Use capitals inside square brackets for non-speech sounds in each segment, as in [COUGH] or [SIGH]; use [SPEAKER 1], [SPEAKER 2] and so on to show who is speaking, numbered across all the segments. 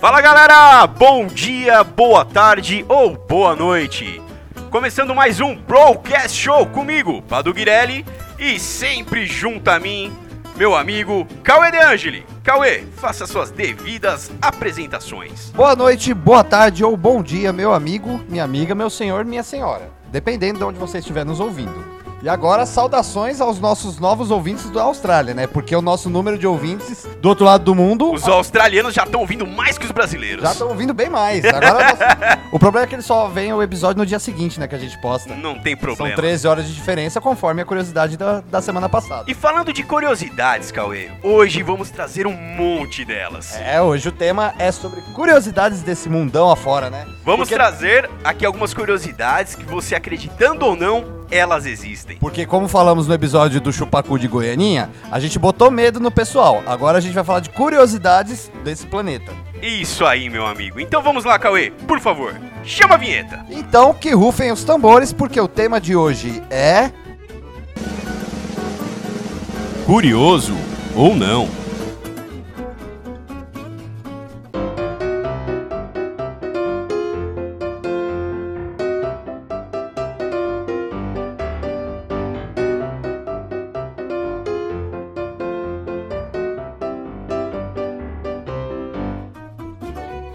[SPEAKER 1] Fala galera, bom dia, boa tarde ou boa noite. Começando mais um Broadcast Show comigo, Padu Guirelli, e sempre junto a mim, meu amigo Cauê De Angeli. Cauê, faça suas devidas apresentações.
[SPEAKER 2] Boa noite, boa tarde ou bom dia, meu amigo, minha amiga, meu senhor, minha senhora. Dependendo de onde você estiver nos ouvindo. E agora, saudações aos nossos novos ouvintes da Austrália, né? Porque o nosso número de ouvintes do outro lado do mundo
[SPEAKER 1] Os australianos já estão ouvindo mais que os brasileiros.
[SPEAKER 2] já estão ouvindo bem mais. Agora,
[SPEAKER 1] [LAUGHS]
[SPEAKER 2] nós- o problema é que eles só veem o episódio no dia seguinte, né? Que a gente posta.
[SPEAKER 1] Não tem
[SPEAKER 2] São
[SPEAKER 1] problema.
[SPEAKER 2] 13 horas de diferença, conforme a curiosidade da, da semana passada.
[SPEAKER 1] E falando de curiosidades, Cauê, hoje vamos trazer um monte delas.
[SPEAKER 2] É, hoje o tema é sobre curiosidades desse mundão afora, né?
[SPEAKER 1] Vamos
[SPEAKER 2] Porque-
[SPEAKER 1] trazer aqui algumas curiosidades que você acreditando ou não, elas existem.
[SPEAKER 2] Porque, como falamos no episódio do Chupacu de Goianinha, a gente botou medo no pessoal. Agora a gente vai falar de curiosidades desse planeta.
[SPEAKER 1] Isso aí, meu amigo. Então vamos lá, Cauê, por favor, chama a vinheta.
[SPEAKER 2] Então, que rufem os tambores, porque o tema de hoje é.
[SPEAKER 1] Curioso ou não?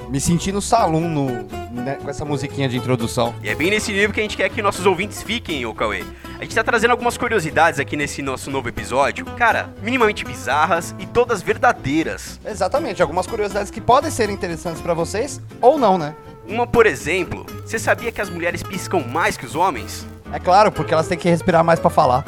[SPEAKER 2] Me sentindo salão no, né, com essa musiquinha de introdução.
[SPEAKER 1] E é bem nesse nível que a gente quer que nossos ouvintes fiquem, ô Cauê. A gente tá trazendo algumas curiosidades aqui nesse nosso novo episódio, cara, minimamente bizarras e todas verdadeiras.
[SPEAKER 2] Exatamente, algumas curiosidades que podem ser interessantes pra vocês ou não, né?
[SPEAKER 1] Uma, por exemplo, você sabia que as mulheres piscam mais que os homens?
[SPEAKER 2] É claro, porque elas têm que respirar mais pra falar.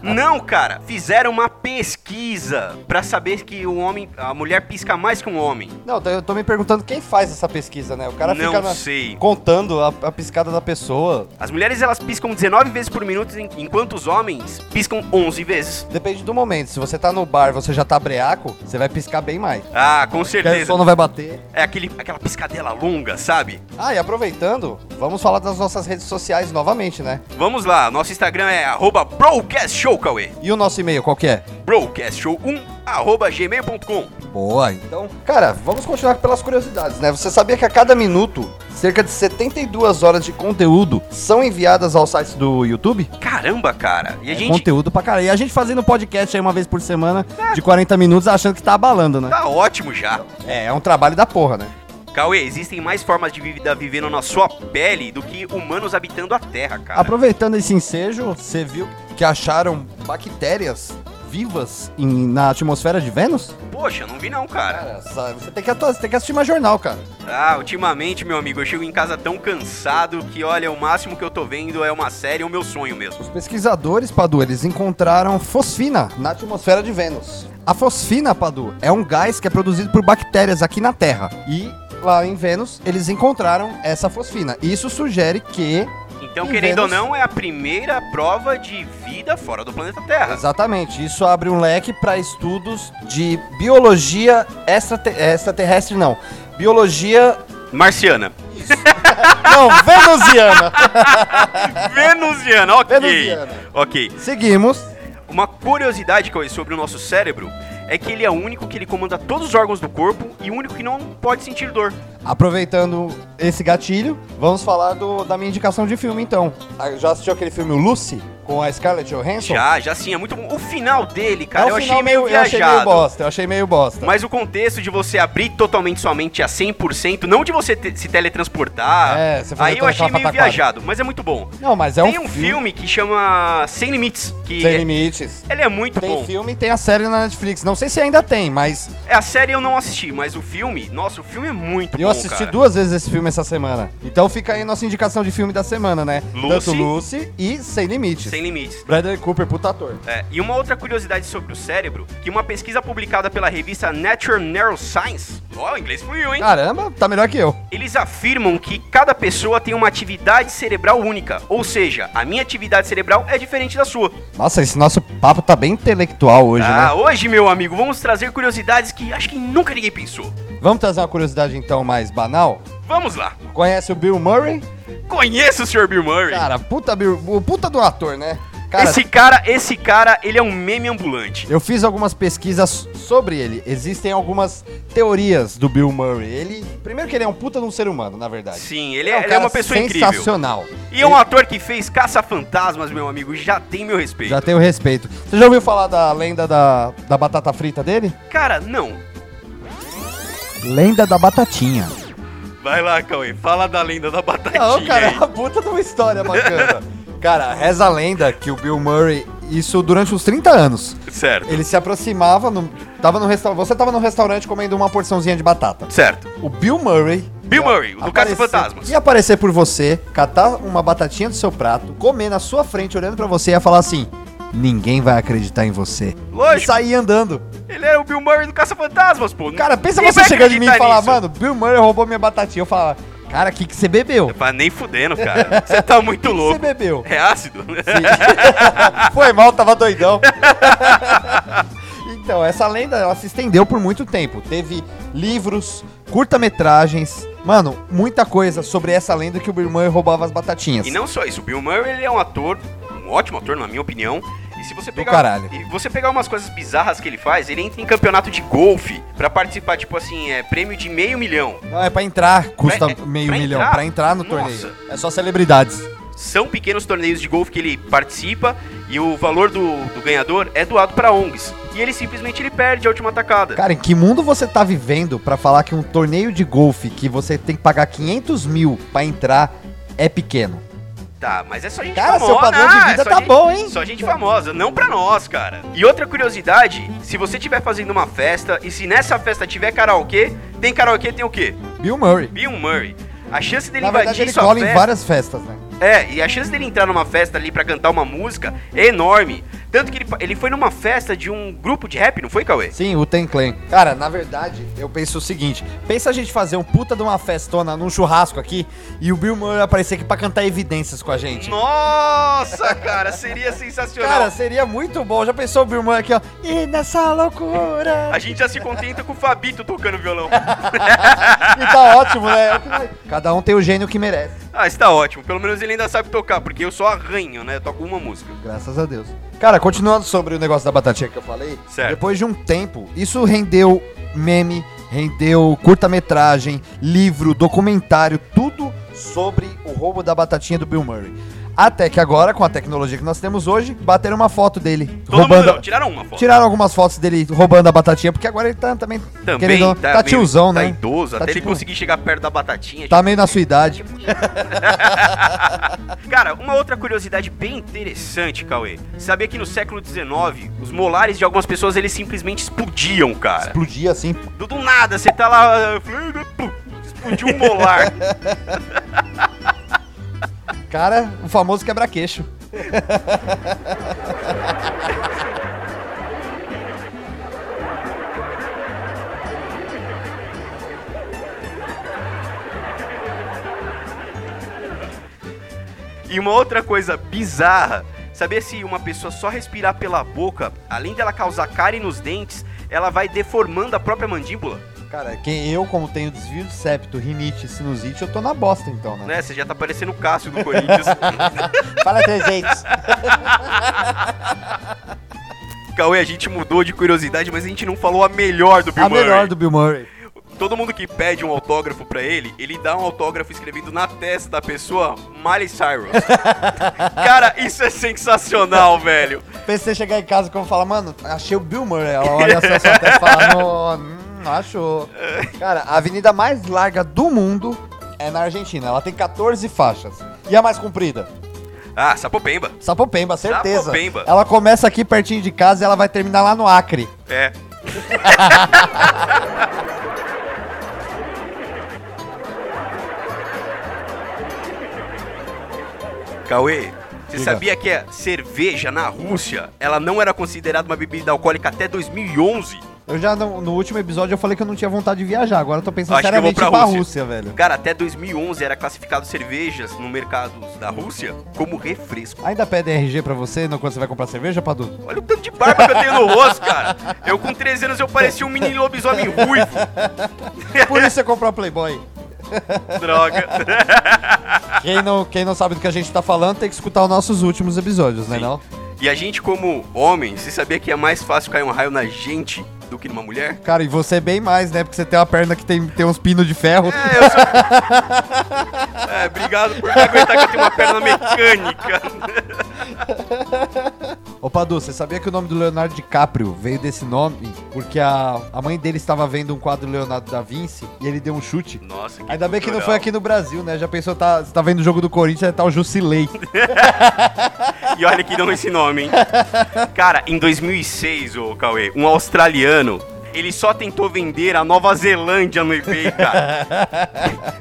[SPEAKER 1] Não, cara, fizeram uma pesquisa pra saber que o homem, a mulher pisca mais que um homem.
[SPEAKER 2] Não, eu tô me perguntando quem faz essa pesquisa, né? O cara
[SPEAKER 1] Não
[SPEAKER 2] fica na-
[SPEAKER 1] sei.
[SPEAKER 2] contando a- a piscada da pessoa.
[SPEAKER 1] As mulheres elas piscam 19 vezes por minuto, en- enquanto os homens piscam 11 vezes.
[SPEAKER 2] Depende do momento. Se você tá no bar e você já tá breaco, você vai piscar bem mais.
[SPEAKER 1] Ah, com
[SPEAKER 2] Porque aí o
[SPEAKER 1] certeza.
[SPEAKER 2] som não vai bater.
[SPEAKER 1] É aquele, aquela piscadela longa, sabe?
[SPEAKER 2] Ah, e aproveitando, vamos falar das nossas redes sociais novamente, né?
[SPEAKER 1] Vamos lá, nosso Instagram é arroba broadcastshow, Cauê.
[SPEAKER 2] E o nosso e-mail, qual que é?
[SPEAKER 1] Broadcastshow1 arroba gmail.com.
[SPEAKER 2] Boa, então. Cara, vamos continuar pelas curiosidades, né? Você sabia que a cada minuto, cerca de 72 horas de conteúdo são enviadas ao site do YouTube?
[SPEAKER 1] Caramba, cara. E a
[SPEAKER 2] É
[SPEAKER 1] gente
[SPEAKER 2] Conteúdo pra caralho. E a gente fazendo podcast aí uma vez por semana de 40 minutos achando que tá abalando, né?
[SPEAKER 1] tá ótimo já.
[SPEAKER 2] É, é um trabalho da porra, né?
[SPEAKER 1] Cauê, existem mais formas de vida vivendo na sua pele do que humanos habitando a Terra, cara.
[SPEAKER 2] Aproveitando esse ensejo, você viu que acharam bactérias vivas em- na atmosfera de Vênus?
[SPEAKER 1] Poxa, não vi não, cara.
[SPEAKER 2] Cara, sabe, você tem que, atua- você tem que assistir mais jornal, cara.
[SPEAKER 1] Ah, ultimamente, meu amigo, eu chego em casa tão cansado que, olha, o máximo que eu tô vendo é uma série ou meu sonho mesmo.
[SPEAKER 2] Os pesquisadores, Padu, eles encontraram fosfina na atmosfera de Vênus. A fosfina, Padu, é um gás que é produzido por bactérias aqui na Terra. E lá em Vênus, eles encontraram essa fosfina. Isso sugere que.
[SPEAKER 1] Então,
[SPEAKER 2] Em
[SPEAKER 1] querendo ou
[SPEAKER 2] Vênus.
[SPEAKER 1] não, é a primeira prova de vida fora do planeta Terra.
[SPEAKER 2] Exatamente, isso abre um leque para estudos de biologia extrate- extraterrestre, não. Biologia. [LAUGHS]
[SPEAKER 1] Marciana.
[SPEAKER 2] Não, venusiana!
[SPEAKER 1] Venusiana, ok.
[SPEAKER 2] Venusiana.
[SPEAKER 1] Ok.
[SPEAKER 2] Seguimos.
[SPEAKER 1] Uma curiosidade, Cauê, sobre o nosso cérebro é que ele é o único que ele comanda todos os órgãos do corpo e o único que não pode sentir dor.
[SPEAKER 2] Aproveitando esse gatilho, vamos falar do- da minha indicação de filme, então. Ah, Já assistiu aquele filme o Lucy com a Scarlett Johansson?
[SPEAKER 1] Já, já sim, é muito bom. O final dele, cara,
[SPEAKER 2] É um
[SPEAKER 1] eu
[SPEAKER 2] final
[SPEAKER 1] achei meio
[SPEAKER 2] eu achei meio
[SPEAKER 1] viajado.
[SPEAKER 2] bosta, eu achei meio bosta.
[SPEAKER 1] Mas o contexto de você abrir totalmente sua mente a 100%, não de você te- se teletransportar,
[SPEAKER 2] É, você fazer
[SPEAKER 1] aí eu
[SPEAKER 2] toda
[SPEAKER 1] achei
[SPEAKER 2] aquela
[SPEAKER 1] meio
[SPEAKER 2] pataquada.
[SPEAKER 1] viajado, mas é muito bom.
[SPEAKER 2] Não, mas é
[SPEAKER 1] tem
[SPEAKER 2] um,
[SPEAKER 1] um filme que chama Sem Limites, que
[SPEAKER 2] sem
[SPEAKER 1] é-
[SPEAKER 2] limites.
[SPEAKER 1] ele é muito
[SPEAKER 2] Tem
[SPEAKER 1] bom.
[SPEAKER 2] filme e tem a série na Netflix. Não sei se ainda tem, mas
[SPEAKER 1] É, A série eu não assisti, mas o filme, nossa, o filme é muito
[SPEAKER 2] eu
[SPEAKER 1] bom,
[SPEAKER 2] assisti
[SPEAKER 1] cara.
[SPEAKER 2] duas vezes esse filme essa semana. Então fica aí nossa indicação de filme da semana, né?
[SPEAKER 1] Lucy.
[SPEAKER 2] Tanto Lucy e Sem Limites.
[SPEAKER 1] Sem Limites.
[SPEAKER 2] Bradley Cooper, puta ator.
[SPEAKER 1] É, e uma outra curiosidade sobre o cérebro, que uma pesquisa publicada pela revista Nature Neuroscience, ó, o inglês fluiu, hein?
[SPEAKER 2] Caramba, tá melhor que eu.
[SPEAKER 1] Eles afirmam que cada pessoa tem uma atividade cerebral única, ou seja, a minha atividade cerebral é diferente da sua.
[SPEAKER 2] Nossa, esse nosso papo tá bem intelectual hoje, né?
[SPEAKER 1] ah, hoje, meu amigo, vamos trazer curiosidades que acho que nunca ninguém pensou.
[SPEAKER 2] né? Vamos trazer uma curiosidade então mais banal?
[SPEAKER 1] Vamos lá.
[SPEAKER 2] Conhece o Bill Murray?
[SPEAKER 1] Conheço o Sr. Bill Murray.
[SPEAKER 2] Cara, puta Bill, o puta do ator, né? Cara,
[SPEAKER 1] Esse cara, esse cara, ele é um meme ambulante.
[SPEAKER 2] eu fiz algumas pesquisas sobre ele. Existem algumas teorias do Bill Murray. Ele, primeiro que ele é um puta de um ser humano, na verdade.
[SPEAKER 1] Sim, ele
[SPEAKER 2] um
[SPEAKER 1] é, ele é
[SPEAKER 2] cara
[SPEAKER 1] uma pessoa incrível.
[SPEAKER 2] sensacional.
[SPEAKER 1] E é um ator que fez Caça-Fantasmas, meu amigo, já tem meu respeito.
[SPEAKER 2] Já tenho respeito. Você já ouviu falar da lenda da, da batata frita dele?
[SPEAKER 1] Cara, não.
[SPEAKER 2] Lenda da batatinha.
[SPEAKER 1] Vai lá, Cauê, fala da lenda da batatinha. [LAUGHS]
[SPEAKER 2] Não, cara, é
[SPEAKER 1] aí.
[SPEAKER 2] uma puta de uma história bacana. cara, reza a lenda que o Bill Murray, isso durante uns 30 anos,
[SPEAKER 1] Certo,
[SPEAKER 2] ele se aproximava, no, tava no restaurante, você tava no restaurante comendo uma porçãozinha de batata.
[SPEAKER 1] certo.
[SPEAKER 2] O Bill Murray...
[SPEAKER 1] Bill Murray, o do
[SPEAKER 2] aparecer-
[SPEAKER 1] Caça-Fantasmas.
[SPEAKER 2] Ia aparecer por você, catar uma batatinha do seu prato, comer na sua frente, olhando pra você e ia falar assim... Ninguém vai acreditar em você. E
[SPEAKER 1] Lógico.
[SPEAKER 2] sair andando.
[SPEAKER 1] Ele é o Bill Murray do Caça-Fantasmas, pô.
[SPEAKER 2] Cara, pensa
[SPEAKER 1] Ninguém
[SPEAKER 2] você
[SPEAKER 1] vai
[SPEAKER 2] chegando em mim e
[SPEAKER 1] acreditar
[SPEAKER 2] falar,
[SPEAKER 1] nisso.
[SPEAKER 2] mano, Bill Murray roubou minha batatinha. Eu falava, cara, o que, que você bebeu?
[SPEAKER 1] Não fala nem fudendo, cara. Você tá muito
[SPEAKER 2] O que que
[SPEAKER 1] É louco.
[SPEAKER 2] [LAUGHS] você bebeu?
[SPEAKER 1] É ácido?
[SPEAKER 2] Sim. [LAUGHS] Foi mal, tava doidão. [LAUGHS] então, essa lenda ela se estendeu por muito tempo. Teve livros, curta-metragens, mano, muita coisa sobre essa lenda que o Bill Murray roubava as batatinhas.
[SPEAKER 1] E não só isso, o Bill Murray ele é um ator, um ótimo ator, na minha opinião. E se você pegar,
[SPEAKER 2] caralho.
[SPEAKER 1] E você pegar umas coisas bizarras que ele faz, ele entra em campeonato de golfe pra participar, tipo assim, é prêmio de meio milhão.
[SPEAKER 2] Não, é pra entrar, custa
[SPEAKER 1] Pra- é-
[SPEAKER 2] meio
[SPEAKER 1] pra
[SPEAKER 2] milhão,
[SPEAKER 1] entrar?
[SPEAKER 2] pra entrar no
[SPEAKER 1] Nossa.
[SPEAKER 2] torneio. É só celebridades.
[SPEAKER 1] São pequenos torneios de golfe que ele participa e o valor do, do ganhador é doado pra ONGs. E ele simplesmente ele perde a última atacada.
[SPEAKER 2] Cara, em que mundo você tá vivendo pra falar que um torneio de golfe que você tem que pagar 500 mil pra entrar é pequeno?
[SPEAKER 1] Tá, mas é só gente
[SPEAKER 2] Cara,
[SPEAKER 1] famosa.
[SPEAKER 2] seu padrão de
[SPEAKER 1] Ah, é
[SPEAKER 2] vida
[SPEAKER 1] só
[SPEAKER 2] tá
[SPEAKER 1] gente-
[SPEAKER 2] bom, hein?
[SPEAKER 1] Só gente famosa, não pra nós, cara. E outra curiosidade, se você estiver fazendo uma festa e se nessa festa tiver karaokê, tem karaokê, tem o quê?
[SPEAKER 2] Bill Murray.
[SPEAKER 1] Bill Murray. A chance dele
[SPEAKER 2] Na verdade,
[SPEAKER 1] invadir
[SPEAKER 2] ele
[SPEAKER 1] sua
[SPEAKER 2] cola
[SPEAKER 1] festa.
[SPEAKER 2] em várias festas, né?
[SPEAKER 1] É, e a chance dele entrar numa festa ali pra cantar uma música é enorme. Tanto que ele, ele foi numa festa de um grupo de rap, não foi, Cauê?
[SPEAKER 2] Sim, o Ten Clan. Cara, na verdade, eu penso o seguinte: pensa a gente fazer um puta de uma festona num churrasco aqui e o Bill Murray aparecer aqui pra cantar evidências com a gente.
[SPEAKER 1] Nossa, cara, seria sensacional.
[SPEAKER 2] Cara, seria muito bom. Já pensou o Bill Murray aqui, ó? E nessa loucura?
[SPEAKER 1] A gente já se contenta com o Fabito tocando violão.
[SPEAKER 2] E tá ótimo, né? É o que nós- Cada um tem o gênio que merece.
[SPEAKER 1] Ah, está ótimo. Pelo menos ele ainda sabe tocar, porque eu só arranho, né? Eu toco uma música.
[SPEAKER 2] Graças a Deus. Cara, continuando sobre o negócio da batatinha que eu falei,
[SPEAKER 1] Certo.
[SPEAKER 2] depois de um tempo, isso rendeu meme, rendeu curta-metragem, livro, documentário, tudo sobre o roubo da batatinha do Bill Murray. Até que agora, com a tecnologia que nós temos hoje, bateram uma foto dele
[SPEAKER 1] Todo
[SPEAKER 2] roubando.
[SPEAKER 1] mundo tipo, não, tiraram uma foto.
[SPEAKER 2] Tiraram algumas fotos dele roubando a batatinha, porque agora ele tá também.
[SPEAKER 1] Também
[SPEAKER 2] querendo- tá
[SPEAKER 1] meio-
[SPEAKER 2] tiozão,
[SPEAKER 1] Tá
[SPEAKER 2] né?
[SPEAKER 1] idoso,
[SPEAKER 2] Tá
[SPEAKER 1] até ele
[SPEAKER 2] tipo-
[SPEAKER 1] conseguir chegar perto da batatinha. [LAUGHS] tipo.
[SPEAKER 2] Tá meio na sua idade.
[SPEAKER 1] Cara, uma outra curiosidade bem interessante, Cauê. Sabia que no século XIX, os molares de algumas pessoas, eles simplesmente explodiam, cara.
[SPEAKER 2] Explodia assim.
[SPEAKER 1] Do, do nada, você tá lá... pum, Explodiu um molar.
[SPEAKER 2] Cara, o famoso quebra-queixo.
[SPEAKER 1] e uma outra coisa bizarra. Sabia se uma pessoa só respirar pela boca, além dela causar cárie nos dentes, ela vai deformando a própria mandíbula?
[SPEAKER 2] Cara, quem eu, como tenho desvio de septo, rinite, sinusite, eu tô na bosta então, né?
[SPEAKER 1] Né? Você já tá parecendo o Cássio do
[SPEAKER 2] [LAUGHS]
[SPEAKER 1] Corinthians.
[SPEAKER 2] Fala três jeitos.
[SPEAKER 1] Cauê, a gente mudou de curiosidade, mas a gente não falou a melhor do Bill
[SPEAKER 2] A
[SPEAKER 1] Murray.
[SPEAKER 2] melhor do Bill Murray.
[SPEAKER 1] Todo mundo que pede um autógrafo pra ele, ele dá um autógrafo escrevendo na testa da pessoa Miley Cyrus.
[SPEAKER 2] [LAUGHS]
[SPEAKER 1] Cara, isso é sensacional, velho.
[SPEAKER 2] Pensei em chegar em casa e eu falar, mano, achei o Bill Murray. Ela olha assim, só sua
[SPEAKER 1] [LAUGHS]
[SPEAKER 2] testa e fala, não, hum, achou. Cara, a avenida mais larga do mundo é na Argentina. Ela tem 14 faixas. E a mais comprida?
[SPEAKER 1] Ah, Sapopemba.
[SPEAKER 2] Sapopemba, certeza.
[SPEAKER 1] Sapopemba.
[SPEAKER 2] Ela começa aqui pertinho de casa e ela vai terminar lá no Acre.
[SPEAKER 1] É. [LAUGHS] Cauê, você
[SPEAKER 2] Diga.
[SPEAKER 1] sabia que a cerveja na Rússia, ela não era considerada uma bebida alcoólica até 2011?
[SPEAKER 2] Eu já, no, no último episódio, eu falei que eu não tinha vontade de viajar. Agora eu tô pensando
[SPEAKER 1] Acho que eu vou
[SPEAKER 2] seriamente
[SPEAKER 1] pra
[SPEAKER 2] em ir pra
[SPEAKER 1] Rússia.
[SPEAKER 2] Rússia, velho.
[SPEAKER 1] Cara, até 2011 era classificado cervejas no mercado da Rússia como refresco.
[SPEAKER 2] Ainda pede RG pra você no- quando você vai comprar cerveja, Padu?
[SPEAKER 1] Olha o tanto de barba que eu tenho no rosto, cara. Eu com 13 anos eu parecia um mini lobisomem ruivo.
[SPEAKER 2] Por isso você comprou a Playboy.
[SPEAKER 1] [LAUGHS] Droga.
[SPEAKER 2] Quem não, quem não sabe do que a gente tá falando tem que escutar os nossos últimos episódios, né
[SPEAKER 1] Sim.
[SPEAKER 2] não?
[SPEAKER 1] E a gente, como homem, você sabia que é mais fácil cair um raio na gente do que numa
[SPEAKER 2] [LAUGHS]
[SPEAKER 1] mulher?
[SPEAKER 2] Cara, e você bem mais, né? Porque você tem uma perna que tem, tem uns pinos de ferro.
[SPEAKER 1] É, eu sou... é, obrigado por me aguentar que eu tenho uma perna mecânica.
[SPEAKER 2] Ô Padu, você sabia que o nome do Leonardo DiCaprio veio desse nome? Porque a, a mãe dele estava vendo um quadro do Leonardo da Vinci e ele deu um chute.
[SPEAKER 1] Nossa,
[SPEAKER 2] Ainda bem que não
[SPEAKER 1] cultural.
[SPEAKER 2] foi aqui no Brasil, né? Já pensou, tá, você tá vendo o jogo do Corinthians, tá o [LAUGHS] Jusilei.
[SPEAKER 1] E olha que dão esse nome, hein?
[SPEAKER 2] [LAUGHS]
[SPEAKER 1] Cara, em 2006, ô Cauê, um australiano, ele só tentou vender a Nova Zelândia no eBay,
[SPEAKER 2] [LAUGHS]
[SPEAKER 1] cara.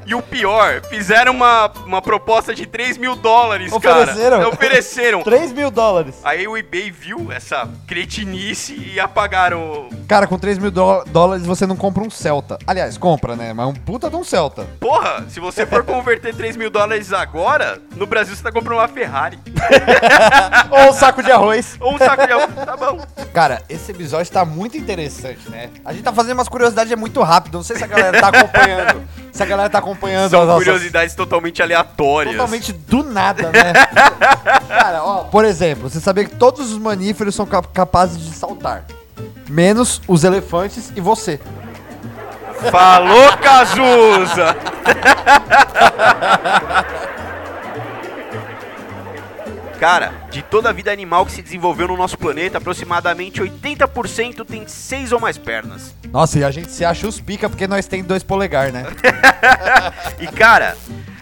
[SPEAKER 1] E o pior, fizeram uma, uma proposta de 3 mil dólares,
[SPEAKER 2] Ofereceram?
[SPEAKER 1] cara. Ofereceram.
[SPEAKER 2] 3 mil dólares.
[SPEAKER 1] Aí o eBay viu essa cretinice e apagaram. o-
[SPEAKER 2] Cara, com 3 mil dó- dólares você não compra um Celta. Aliás, compra, né? Mas um puta de um Celta.
[SPEAKER 1] Porra, se você for converter 3 mil dólares agora, no Brasil você tá comprando uma Ferrari.
[SPEAKER 2] [LAUGHS] Ou um saco de arroz.
[SPEAKER 1] Ou um saco de arroz, tá bom.
[SPEAKER 2] Cara, esse episódio tá muito interessante, né? A gente tá fazendo umas curiosidades muito rápido. Não sei se a galera tá
[SPEAKER 1] [LAUGHS]
[SPEAKER 2] acompanhando. se a galera tá acompanhando
[SPEAKER 1] São
[SPEAKER 2] as nossas-
[SPEAKER 1] curiosidades totalmente aleatórias.
[SPEAKER 2] Totalmente do nada, né? Cara, ó, por exemplo, você sabia que todos os mamíferos são cap- capazes de saltar. Menos os elefantes e você.
[SPEAKER 1] Falou, Cazuza! Cara, de toda a vida animal que se desenvolveu no nosso planeta, aproximadamente 80% tem seis ou mais pernas.
[SPEAKER 2] Nossa, e a gente se acha os pica porque nós tem dois polegar, né?
[SPEAKER 1] E cara,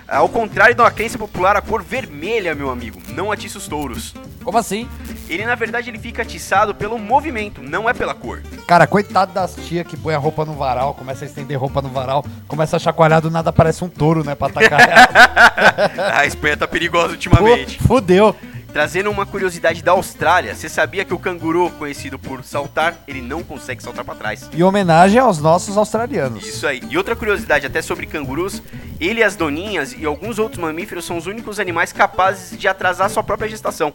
[SPEAKER 1] ao contrário de uma crença popular, a cor vermelha, meu amigo, não atiça os touros.
[SPEAKER 2] Como assim?
[SPEAKER 1] Ele na verdade ele fica atiçado pelo movimento, não é pela
[SPEAKER 2] [LAUGHS]
[SPEAKER 1] cor.
[SPEAKER 2] Cara, coitado das tia que põe a roupa no varal, começa a estender roupa no varal, começa a chacoalhar do nada, parece um touro, né, pra atacar
[SPEAKER 1] [LAUGHS]
[SPEAKER 2] ela.
[SPEAKER 1] a Espanha tá perigosa ultimamente.
[SPEAKER 2] Pô, fudeu.
[SPEAKER 1] Trazendo uma curiosidade da Austrália, você sabia que o canguru, conhecido por saltar, ele não consegue saltar pra trás?
[SPEAKER 2] E homenagem aos nossos australianos.
[SPEAKER 1] Isso aí. E outra curiosidade até sobre cangurus, ele, as doninhas e alguns outros mamíferos são os únicos animais capazes de atrasar sua própria gestação.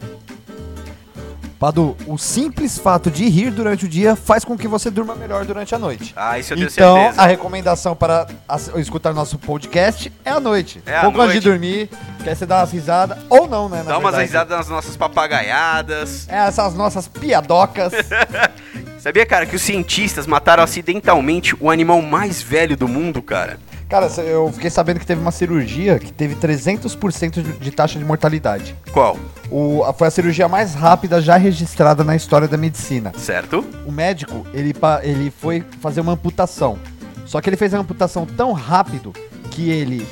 [SPEAKER 2] Padu, o simples fato de rir durante o dia faz com que você durma melhor durante a noite.
[SPEAKER 1] Ah, isso eu tenho
[SPEAKER 2] Então,
[SPEAKER 1] certeza.
[SPEAKER 2] a recomendação para ass- escutar nosso podcast é à noite.
[SPEAKER 1] É à
[SPEAKER 2] Pouco antes de
[SPEAKER 1] noite.
[SPEAKER 2] dormir, quer você dar umas risadas, ou não, né? na
[SPEAKER 1] Dá umas
[SPEAKER 2] verdade.
[SPEAKER 1] risadas nas nossas papagaiadas.
[SPEAKER 2] É, essas
[SPEAKER 1] [LAUGHS]
[SPEAKER 2] nossas piadocas.
[SPEAKER 1] Sabia, cara, que os cientistas mataram acidentalmente o animal mais velho do mundo, cara?
[SPEAKER 2] Cara, cê- eu fiquei sabendo que teve uma cirurgia que teve 300% de- de taxa de mortalidade.
[SPEAKER 1] Qual?
[SPEAKER 2] O- a- foi a cirurgia mais rápida já registrada na história da medicina.
[SPEAKER 1] Certo?
[SPEAKER 2] O médico, ele, pa- ele foi fazer uma amputação. Só que ele fez a amputação tão rápido que ele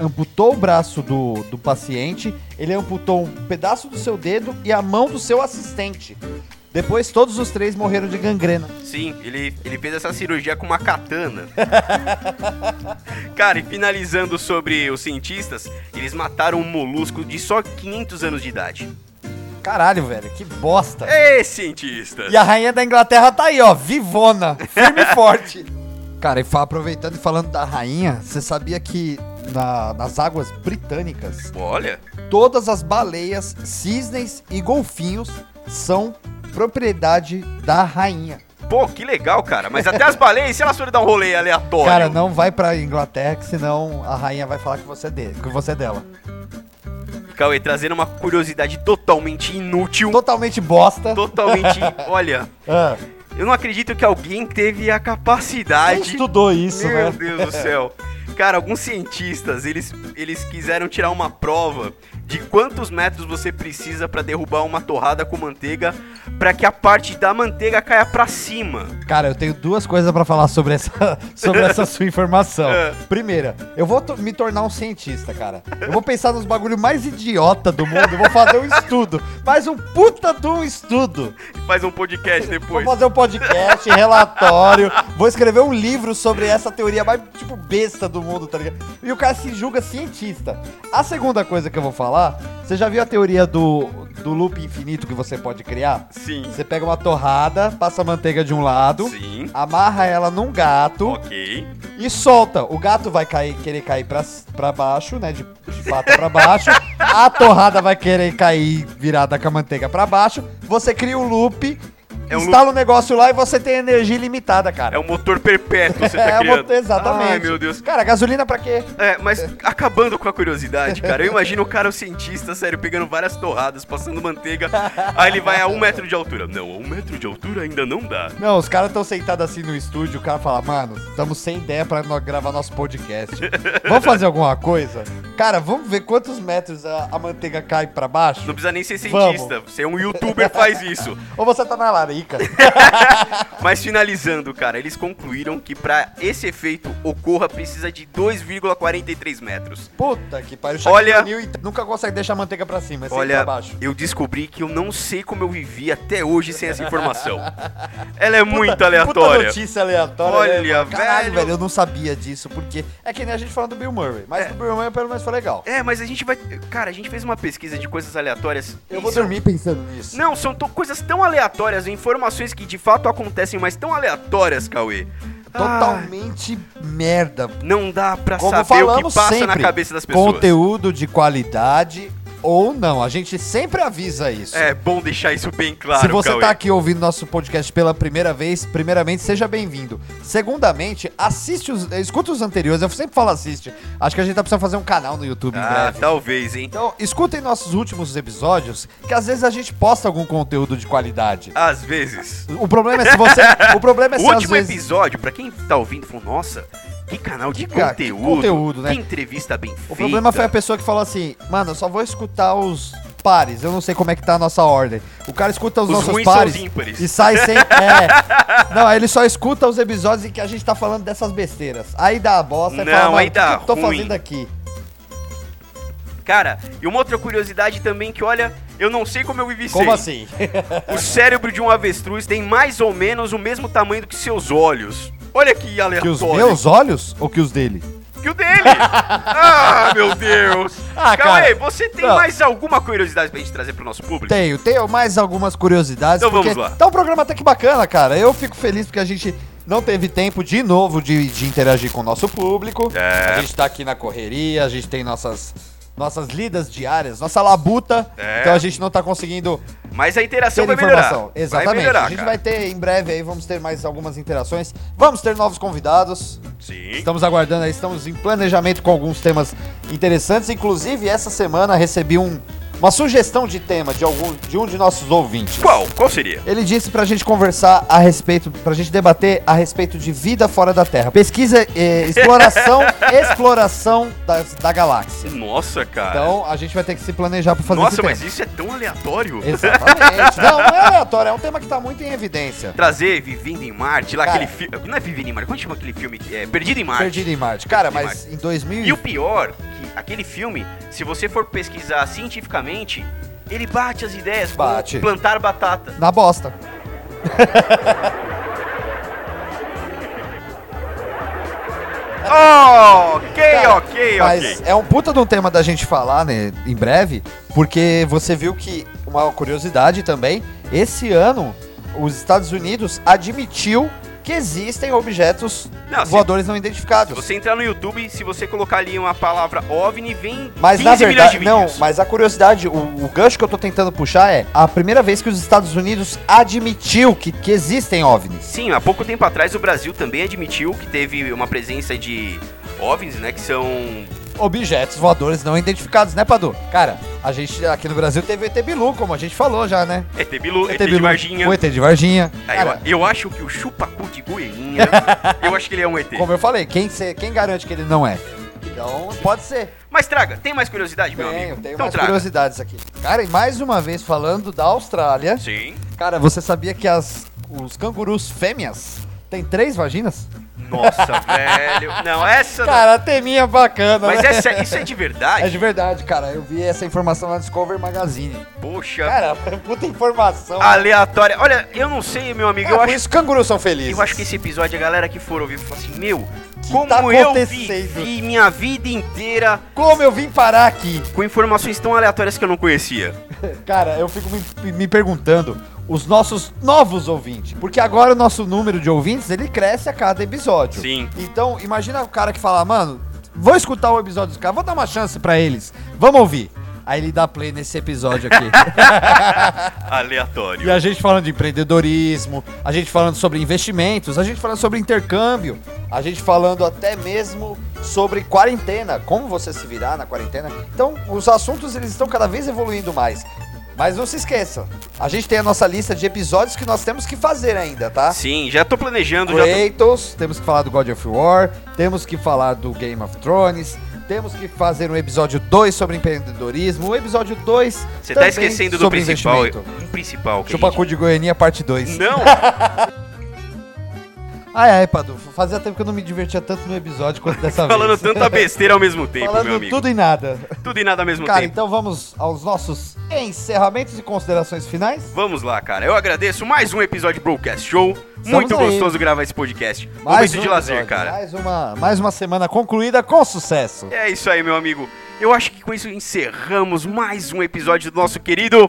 [SPEAKER 2] amputou o braço do, do paciente, ele amputou um pedaço do seu dedo e a mão do seu assistente. Depois, todos os três morreram de gangrena.
[SPEAKER 1] Sim, ele, ele fez essa cirurgia com uma katana. [LAUGHS] Cara, e finalizando sobre os cientistas, eles mataram um molusco de só 500 anos de idade.
[SPEAKER 2] Caralho, velho, que bosta.
[SPEAKER 1] Ei, cientistas!
[SPEAKER 2] E a rainha da Inglaterra tá aí, ó, vivona, firme e forte. Cara, e fa- aproveitando e falando da rainha, você sabia que na- nas águas britânicas,
[SPEAKER 1] Olha,
[SPEAKER 2] todas as baleias, cisnes e golfinhos são propriedade da rainha.
[SPEAKER 1] pô, que legal, cara. Mas até as baleias, se elas forem dar um rolê aleatório...
[SPEAKER 2] Cara, não vai pra Inglaterra, que senão a rainha vai falar que você é, dele, que você é dela.
[SPEAKER 1] Cauê, trazendo uma curiosidade totalmente inútil,
[SPEAKER 2] Totalmente bosta.
[SPEAKER 1] totalmente...
[SPEAKER 2] [LAUGHS]
[SPEAKER 1] Olha,
[SPEAKER 2] Ah,
[SPEAKER 1] eu não acredito que alguém teve a
[SPEAKER 2] quem
[SPEAKER 1] capacidade...
[SPEAKER 2] estudou isso,
[SPEAKER 1] Meu
[SPEAKER 2] né?
[SPEAKER 1] Deus do céu. Cara, alguns cientistas, eles, eles quiseram tirar uma prova de quantos metros você precisa pra derrubar uma torrada com manteiga pra que a parte da manteiga caia pra cima.
[SPEAKER 2] Cara, eu tenho duas coisas pra falar sobre essa, [LAUGHS] sobre essa sua informação.
[SPEAKER 1] É.
[SPEAKER 2] Primeira, eu vou to- me tornar um cientista, cara. Eu vou pensar nos bagulho mais idiota do mundo, eu vou fazer um estudo. Mas um puta de um estudo.
[SPEAKER 1] Faz um podcast
[SPEAKER 2] Vou
[SPEAKER 1] depois.
[SPEAKER 2] fazer um podcast, [LAUGHS] relatório, vou escrever um livro sobre essa teoria mais, tipo, besta do mundo, tá ligado? E o cara se julga cientista. A segunda coisa que eu vou falar, você já viu a teoria do, do loop infinito que você pode criar?
[SPEAKER 1] Sim.
[SPEAKER 2] Você pega uma torrada, passa a manteiga de um lado,
[SPEAKER 1] Sim.
[SPEAKER 2] amarra ela num gato
[SPEAKER 1] Ok.
[SPEAKER 2] e solta. O gato vai cair, querer cair pra, c- pra baixo, né? De, de pata pra baixo. A torrada vai querer cair virada com a manteiga pra baixo. Você cria o um loop
[SPEAKER 1] É um, lu-
[SPEAKER 2] Instala o negócio lá e você tem energia ilimitada, cara.
[SPEAKER 1] é um motor perpétuo você tá
[SPEAKER 2] É,
[SPEAKER 1] criando.
[SPEAKER 2] bot- exatamente.
[SPEAKER 1] Ai, meu Deus.
[SPEAKER 2] Cara, gasolina pra quê?
[SPEAKER 1] É, mas acabando com a curiosidade, cara, eu imagino o cara, o cientista, sério, pegando várias torradas, passando manteiga, aí ele vai a um metro de altura. Não, a um metro de altura ainda não dá.
[SPEAKER 2] Não, os caras estão sentados assim no estúdio, o cara fala, mano, estamos sem ideia pra nó- gravar nosso
[SPEAKER 1] [LAUGHS]
[SPEAKER 2] podcast. vamos fazer alguma coisa? Cara, vamos ver quantos metros a, a manteiga cai pra
[SPEAKER 1] Não
[SPEAKER 2] baixo?
[SPEAKER 1] precisa nem ser cientista, você é um youtuber faz isso.
[SPEAKER 2] Ou você tá na larica?
[SPEAKER 1] Mas finalizando, cara, eles concluíram que pra esse efeito ocorra precisa de 2,43 metros.
[SPEAKER 2] Puta que pariu, o
[SPEAKER 1] Olha-
[SPEAKER 2] Shaquille O'Neal e- nunca consegue deixar a manteiga pra cima, é sempre
[SPEAKER 1] Olha,
[SPEAKER 2] pra baixo.
[SPEAKER 1] eu descobri que eu não sei como eu vivi até hoje sem essa informação. Ela é muito aleatória.
[SPEAKER 2] Puta notícia aleatória.
[SPEAKER 1] Olha,
[SPEAKER 2] né, mano? Caralho,
[SPEAKER 1] velho.
[SPEAKER 2] Eu não sabia disso, porque é que nem a gente falando do Bill Murray. Mas
[SPEAKER 1] É.
[SPEAKER 2] o Bill Murray pelo menos foi legal.
[SPEAKER 1] é, mas a gente vai. Cara, a gente fez uma pesquisa de coisas aleatórias.
[SPEAKER 2] Eu vou
[SPEAKER 1] É Isso-
[SPEAKER 2] dormir pensando nisso.
[SPEAKER 1] Não, são to- coisas tão aleatórias, informações que de fato acontecem, mas tão aleatórias, Cauê. Ah,
[SPEAKER 2] Totalmente merda.
[SPEAKER 1] não dá pra
[SPEAKER 2] Como
[SPEAKER 1] saber o que
[SPEAKER 2] falamos
[SPEAKER 1] passa
[SPEAKER 2] sempre,
[SPEAKER 1] na cabeça das pessoas.
[SPEAKER 2] conteúdo de qualidade ou não. A gente sempre avisa isso.
[SPEAKER 1] É bom deixar isso bem claro,
[SPEAKER 2] Se você
[SPEAKER 1] Cauê.
[SPEAKER 2] tá aqui ouvindo nosso podcast pela primeira vez, primeiramente, seja bem-vindo. Segundamente, assiste os. Escuta os anteriores. Eu sempre falo assiste. Acho que a gente tá precisando fazer um canal no YouTube em
[SPEAKER 1] Ah,
[SPEAKER 2] breve.
[SPEAKER 1] talvez, hein?
[SPEAKER 2] Então, escutem nossos últimos episódios, que às vezes a gente posta algum conteúdo de qualidade.
[SPEAKER 1] Às vezes.
[SPEAKER 2] O problema é se
[SPEAKER 1] [LAUGHS]
[SPEAKER 2] você. o problema é se
[SPEAKER 1] o último
[SPEAKER 2] às vezes.
[SPEAKER 1] episódio, pra quem tá ouvindo, falou, nossa, que canal de
[SPEAKER 2] Que ca- que
[SPEAKER 1] conteúdo,
[SPEAKER 2] conteúdo, né?
[SPEAKER 1] que entrevista bem feita.
[SPEAKER 2] O problema foi a pessoa que falou assim: Mano, eu só vou escutar os pares, eu não sei como é que tá a nossa ordem. O cara escuta os,
[SPEAKER 1] Os
[SPEAKER 2] nossos
[SPEAKER 1] ruins são os
[SPEAKER 2] pares
[SPEAKER 1] ímpares.
[SPEAKER 2] e sai
[SPEAKER 1] [LAUGHS]
[SPEAKER 2] sem. É. Não, aí ele só escuta os episódios em que a gente tá falando dessas besteiras. Aí dá a bosta
[SPEAKER 1] Não,
[SPEAKER 2] e fala, "Mano,
[SPEAKER 1] aí
[SPEAKER 2] o que
[SPEAKER 1] dá
[SPEAKER 2] que eu tô
[SPEAKER 1] ruim."
[SPEAKER 2] fazendo aqui.
[SPEAKER 1] Cara, e uma outra curiosidade também que, olha, eu não sei como eu vivi
[SPEAKER 2] Como
[SPEAKER 1] sem.
[SPEAKER 2] assim?
[SPEAKER 1] O cérebro de um avestruz tem mais ou menos o mesmo tamanho do que seus olhos. Olha que
[SPEAKER 2] que
[SPEAKER 1] aleatório.
[SPEAKER 2] os meus olhos ou que os dele?
[SPEAKER 1] Que o
[SPEAKER 2] [LAUGHS]
[SPEAKER 1] dele. ah, meu Deus.
[SPEAKER 2] Ah,
[SPEAKER 1] Cauê,
[SPEAKER 2] cara.
[SPEAKER 1] você tem
[SPEAKER 2] Não.
[SPEAKER 1] mais alguma curiosidade pra gente trazer pro nosso público?
[SPEAKER 2] Tenho, tenho mais algumas curiosidades.
[SPEAKER 1] Então
[SPEAKER 2] porque
[SPEAKER 1] vamos lá.
[SPEAKER 2] Tá um programa até que bacana, cara. Eu fico feliz porque a gente não teve tempo de novo de, de interagir com o nosso público.
[SPEAKER 1] É.
[SPEAKER 2] A gente tá aqui na correria, a gente tem nossas. Nossas lidas diárias, nossa labuta.
[SPEAKER 1] É.
[SPEAKER 2] Então a gente não tá conseguindo
[SPEAKER 1] Mas a
[SPEAKER 2] ter
[SPEAKER 1] interação vai melhorar.
[SPEAKER 2] informação. Exatamente.
[SPEAKER 1] Vai melhorar,
[SPEAKER 2] a gente
[SPEAKER 1] cara.
[SPEAKER 2] vai ter em breve aí, vamos ter mais algumas interações. Vamos ter novos convidados.
[SPEAKER 1] Sim.
[SPEAKER 2] Estamos aguardando aí, estamos em planejamento com alguns temas interessantes. Inclusive, essa semana recebi um- uma sugestão de tema de, algum, de um de nossos ouvintes.
[SPEAKER 1] Qual? Qual seria?
[SPEAKER 2] Ele disse pra gente conversar a respeito, pra gente debater a respeito de vida fora da Terra. Pesquisa, eh,
[SPEAKER 1] [LAUGHS]
[SPEAKER 2] exploração, exploração da, da galáxia.
[SPEAKER 1] Nossa, cara.
[SPEAKER 2] Então, a gente vai ter que se planejar pra fazer
[SPEAKER 1] Nossa,
[SPEAKER 2] esse
[SPEAKER 1] mas
[SPEAKER 2] tema.
[SPEAKER 1] isso é tão aleatório.
[SPEAKER 2] Exatamente. não, não é aleatório, é um tema que tá muito em evidência.
[SPEAKER 1] Trazer Vivendo em Marte, lá
[SPEAKER 2] Cara.
[SPEAKER 1] aquele filme. Não é Vivendo em Marte, como chama aquele filme? que É Perdido em Marte.
[SPEAKER 2] Perdido em Marte. Cara,
[SPEAKER 1] Perdido em
[SPEAKER 2] mas em
[SPEAKER 1] E o
[SPEAKER 2] 2000...
[SPEAKER 1] pior, que aquele filme, se você for pesquisar cientificamente, ele bate as ideias como
[SPEAKER 2] Bate.
[SPEAKER 1] plantar
[SPEAKER 2] [LAUGHS]
[SPEAKER 1] batata.
[SPEAKER 2] Na bosta.
[SPEAKER 1] ok,
[SPEAKER 2] Cara,
[SPEAKER 1] ok,
[SPEAKER 2] Mas
[SPEAKER 1] ok.
[SPEAKER 2] é um puta de um tema da gente falar, né, em breve, porque você viu que, uma curiosidade também, esse ano os Estados Unidos admitiu que existem objetos
[SPEAKER 1] Não, se-
[SPEAKER 2] voadores não
[SPEAKER 1] Se
[SPEAKER 2] identificados.
[SPEAKER 1] Ah, você entrar no YouTube, se você colocar ali uma palavra OVNI, vem
[SPEAKER 2] Mas
[SPEAKER 1] 15
[SPEAKER 2] na
[SPEAKER 1] milhões de
[SPEAKER 2] verdade, não,
[SPEAKER 1] vídeos.
[SPEAKER 2] mas a curiosidade, o, o gancho que eu tô tentando puxar é a primeira vez que os Estados Unidos admitiu que, que existem OVNIs.
[SPEAKER 1] Sim, há pouco tempo atrás o Brasil também admitiu que teve uma presença de OVNIs, né, que são...
[SPEAKER 2] Objetos voadores não identificados, né, Padu? Cara, a gente aqui no Brasil teve o ET Bilu, como a gente falou já, né?
[SPEAKER 1] ET Bilu, ET, de
[SPEAKER 2] Bilu,
[SPEAKER 1] Varginha.
[SPEAKER 2] O ET de Varginha.
[SPEAKER 1] Ah,
[SPEAKER 2] Cara,
[SPEAKER 1] eu, eu acho que o chupacu de
[SPEAKER 2] [LAUGHS]
[SPEAKER 1] Goiânia, eu acho que ele é um ET.
[SPEAKER 2] Como eu falei, quem, se- quem garante que ele não é? Então, pode ser.
[SPEAKER 1] Mas traga, tem mais curiosidade, meu
[SPEAKER 2] Tenho,
[SPEAKER 1] amigo?
[SPEAKER 2] tenho
[SPEAKER 1] então
[SPEAKER 2] mais
[SPEAKER 1] traga.
[SPEAKER 2] curiosidades aqui. Cara, e mais uma vez falando da Austrália.
[SPEAKER 1] Sim.
[SPEAKER 2] Cara, você sabia que as, os cangurus fêmeas têm três vaginas? [LAUGHS]
[SPEAKER 1] Nossa, velho. Não, essa não.
[SPEAKER 2] Cara, teminha bacana,
[SPEAKER 1] Mas
[SPEAKER 2] né? [LAUGHS]
[SPEAKER 1] essa, isso é de verdade?
[SPEAKER 2] É de verdade, cara. Eu vi essa informação na Discover Magazine.
[SPEAKER 1] Poxa.
[SPEAKER 2] Cara, é puta informação.
[SPEAKER 1] aleatória. Olha, eu não sei, meu amigo. Ah,
[SPEAKER 2] Cara,
[SPEAKER 1] eu,
[SPEAKER 2] por
[SPEAKER 1] acho,
[SPEAKER 2] isso que cangurus são felizes.
[SPEAKER 1] eu acho que esse episódio, a galera que for ouvir, falou assim: Meu,
[SPEAKER 2] que
[SPEAKER 1] como
[SPEAKER 2] tá
[SPEAKER 1] eu
[SPEAKER 2] acontecendo?
[SPEAKER 1] vivi minha vida inteira
[SPEAKER 2] Como eu vim parar aqui?
[SPEAKER 1] com informações tão aleatórias que eu não conhecia.
[SPEAKER 2] [LAUGHS] Cara, eu fico me, me perguntando os nossos novos ouvintes, porque agora o nosso número de ouvintes ele cresce a cada episódio.
[SPEAKER 1] Sim.
[SPEAKER 2] Então, imagina o cara que fala, mano, vou escutar o episódio dos caras, vou dar uma chance pra eles, vamos ouvir. Aí ele dá play nesse episódio aqui.
[SPEAKER 1] Aleatório.
[SPEAKER 2] E a gente falando de empreendedorismo, a gente falando sobre investimentos, a gente falando sobre intercâmbio, a gente falando até mesmo sobre quarentena, como você se virar na quarentena. Então, os assuntos eles estão cada vez evoluindo mais. Mas não se esqueça, a gente tem a nossa lista de episódios que nós temos que fazer ainda, tá?
[SPEAKER 1] Sim, já tô planejando. Já tô...
[SPEAKER 2] Kratos, temos que falar do God of War, temos que falar do Game of Thrones, temos que fazer um episódio 2 sobre empreendedorismo, o episódio 2
[SPEAKER 1] Você tá esquecendo do principal. Um principal. Que a
[SPEAKER 2] Chupacu de Goiânia, parte 2.
[SPEAKER 1] gente...
[SPEAKER 2] [LAUGHS]
[SPEAKER 1] Não,
[SPEAKER 2] Ai, ai, Padu, fazia tempo que eu não me divertia tanto no episódio quanto dessa
[SPEAKER 1] falando
[SPEAKER 2] vez.
[SPEAKER 1] tanta besteira ao mesmo tempo, meu
[SPEAKER 2] Falando
[SPEAKER 1] amigo.
[SPEAKER 2] tudo e nada.
[SPEAKER 1] Tudo e nada ao mesmo
[SPEAKER 2] Cara,
[SPEAKER 1] tempo.
[SPEAKER 2] então vamos aos nossos encerramentos e considerações finais.
[SPEAKER 1] Vamos lá, cara. Eu agradeço mais um episódio do Broadcast Show. Muito
[SPEAKER 2] aí.
[SPEAKER 1] gostoso gravar esse podcast.
[SPEAKER 2] Mais
[SPEAKER 1] Momento
[SPEAKER 2] um
[SPEAKER 1] de lazer,
[SPEAKER 2] episódio,
[SPEAKER 1] cara.
[SPEAKER 2] Mais um. uma, mais uma semana concluída com sucesso.
[SPEAKER 1] É isso aí, meu amigo. Eu acho que com isso encerramos mais um episódio do nosso querido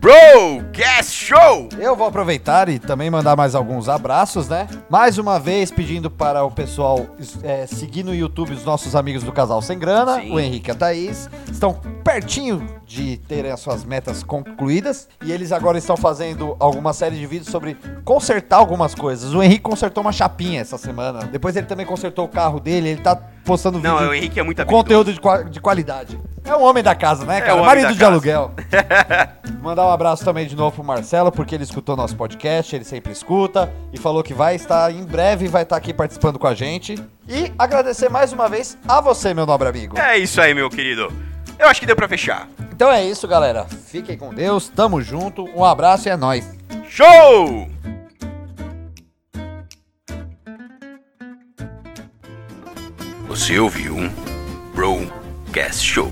[SPEAKER 1] Broadcast Show.
[SPEAKER 2] Eu vou aproveitar e também mandar mais alguns abraços, né? Mais uma vez pedindo para o pessoal es- é, seguir no YouTube os nossos amigos do Casal Sem Grana,
[SPEAKER 1] Sim.
[SPEAKER 2] o Henrique e a Thaís. Estão pertinho de terem as suas metas concluídas e eles agora estão fazendo alguma série de vídeos sobre consertar algumas coisas. O Henrique consertou uma chapinha essa semana. Depois ele também consertou o carro dele, ele tá postando
[SPEAKER 1] Não,
[SPEAKER 2] vídeo.
[SPEAKER 1] o Henrique é muito habilidoso.
[SPEAKER 2] Conteúdo de, qua- de qualidade. É um homem da casa, né, cara?
[SPEAKER 1] o homem
[SPEAKER 2] Marido
[SPEAKER 1] da
[SPEAKER 2] de
[SPEAKER 1] casa.
[SPEAKER 2] aluguel. Mandar um abraço também de novo pro Marcelo, porque ele escutou nosso podcast, ele sempre escuta, e falou que vai estar em breve, vai estar aqui participando com a gente. E agradecer mais uma vez a você, meu nobre amigo.
[SPEAKER 1] É isso aí, meu querido. Eu acho que deu pra fechar.
[SPEAKER 2] Então é isso, galera. Fiquem com Deus, tamo junto, um abraço e é nóis.
[SPEAKER 1] Show! Você ouviu um Broadcast Show.